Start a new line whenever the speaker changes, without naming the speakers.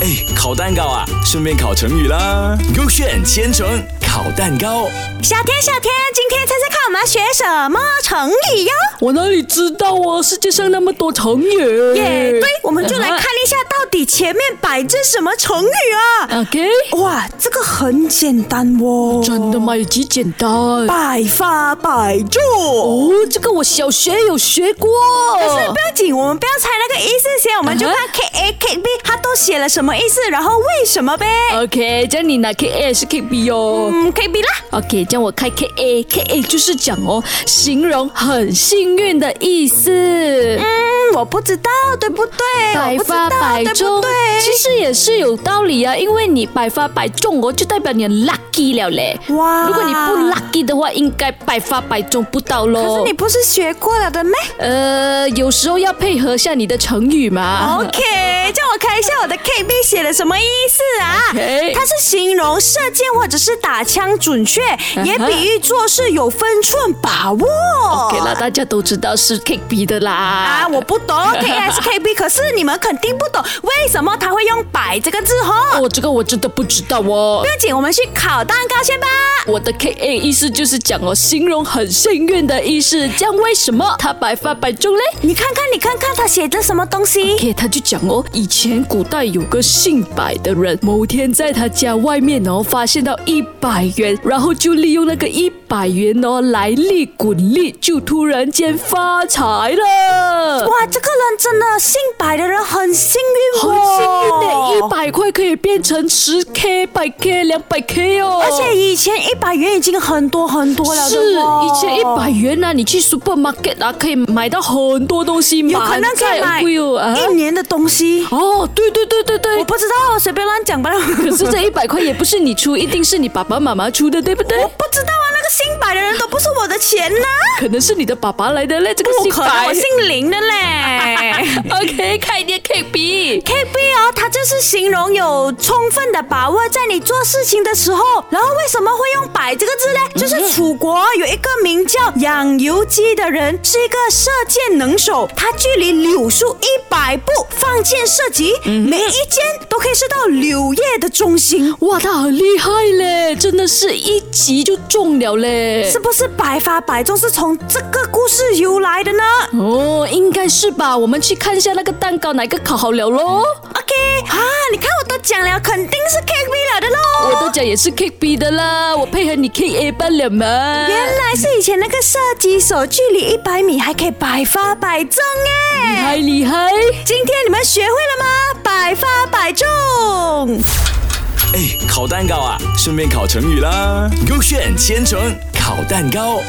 哎，烤蛋糕啊，顺便烤成语啦。勾选千层烤蛋糕，
小天，小天，今天猜猜看我们要学什么成语哟？
我哪里知道啊？世界上那么多成语。
也对，我们就来看
啊
一下到底前面摆着什么成语啊？
OK，
哇，这个很简单哦，
真的？吗？有几简单？哦，
百发百中。
这个我小学有学过。
可是不要紧，我们不要猜那个意思先，我们就看
啊
K A K B 它都写了什么意思，然后为什么呗？
OK，这样你拿 K A 还是 K B 哦？
嗯，K B 啦。
OK，这样我开 K A，K A 就是讲哦，形容很幸运的意思，
嗯，我不知道，对不对？
百
我不知
发
道
百
对
中
不对？，
其实也是有道理啊，因为你百发百中哦，就代表你很 lucky 了嘞。
哇
如果你不 lucky 的话，应该百发百中不到喽。
可是你不是学过了的咩
呃，有时候要配合下你的成语嘛。
？OK，叫我看一下我的 K B 写了什么意思啊
OK
它是形容射箭或者是打枪准确，
啊
也比喻做事有分寸把握。
OK 啦，大家都知道是 K B 的啦。
啊，
啊
我不懂 K S K B，可 是你们肯定不懂为什么他会用“百”这个字哦。
我、这个我真的不知道哦
不。要紧，我们去烤蛋糕先吧。
我的 K A 意思就是讲哦，形容很幸运的意思。这样为什么他百发百中嘞？
你看看，你看看他写的什么东西
OK，他就讲哦，以前古代有个姓百的人，某天在他家外面哦发现到一百元，然后就利用那个一百元哦来利滚利，就突然间发财了。
哇，这个人真的姓百的人很幸运
很
哦，
幸运的，一。百块可以变成十 K、百 K、两百 K 哦。
而且以前一百元已经很多很多了的
是
哦，
以前一百元啊，你去 supermarket 啊，可以买到很多东西，
有可能
满
可
载
以
而归哦。啊
买一年的东西。
哦，对对对对
我
对。
不知道，随便乱讲吧。
可是这一百块也不是你出，一定是你爸爸妈妈出的，对不对？
不知道啊，那个姓百的人都不是我的钱呐、
可能是你的爸爸来的嘞，这个
不
姓
可能，
白
我。姓林的嘞。
OK，看一点 K B。
K B 哦，它就是形容有充分的把握，在你做事情的时候。然后为什么会用“摆”这个字
嗯
呢？就是楚国有一个名叫养由基的人，是一个射箭能手，他距离柳树一百步放箭射击，
嗯
每一箭都可以射到柳叶的中心。
哇，他很厉害嘞，真的是一集就中了嘞。
是不是百发百中是从这个故事由来的呢
哦，应该是吧。我们去看一下那个蛋糕哪一个烤好了喽。
？OK 啊，你看我都讲了，肯定是 K B 了的喽。
我都讲也是 K B 的啦，我配合你 K A 罢了嘛。
原来是以前那个射击手，距离一百米还可以百发百中
厉
哎！
害厉害！
今天你们学会了吗？百发百中。
哎，烤蛋糕啊，顺便烤成语啦。勾选千层烤蛋糕。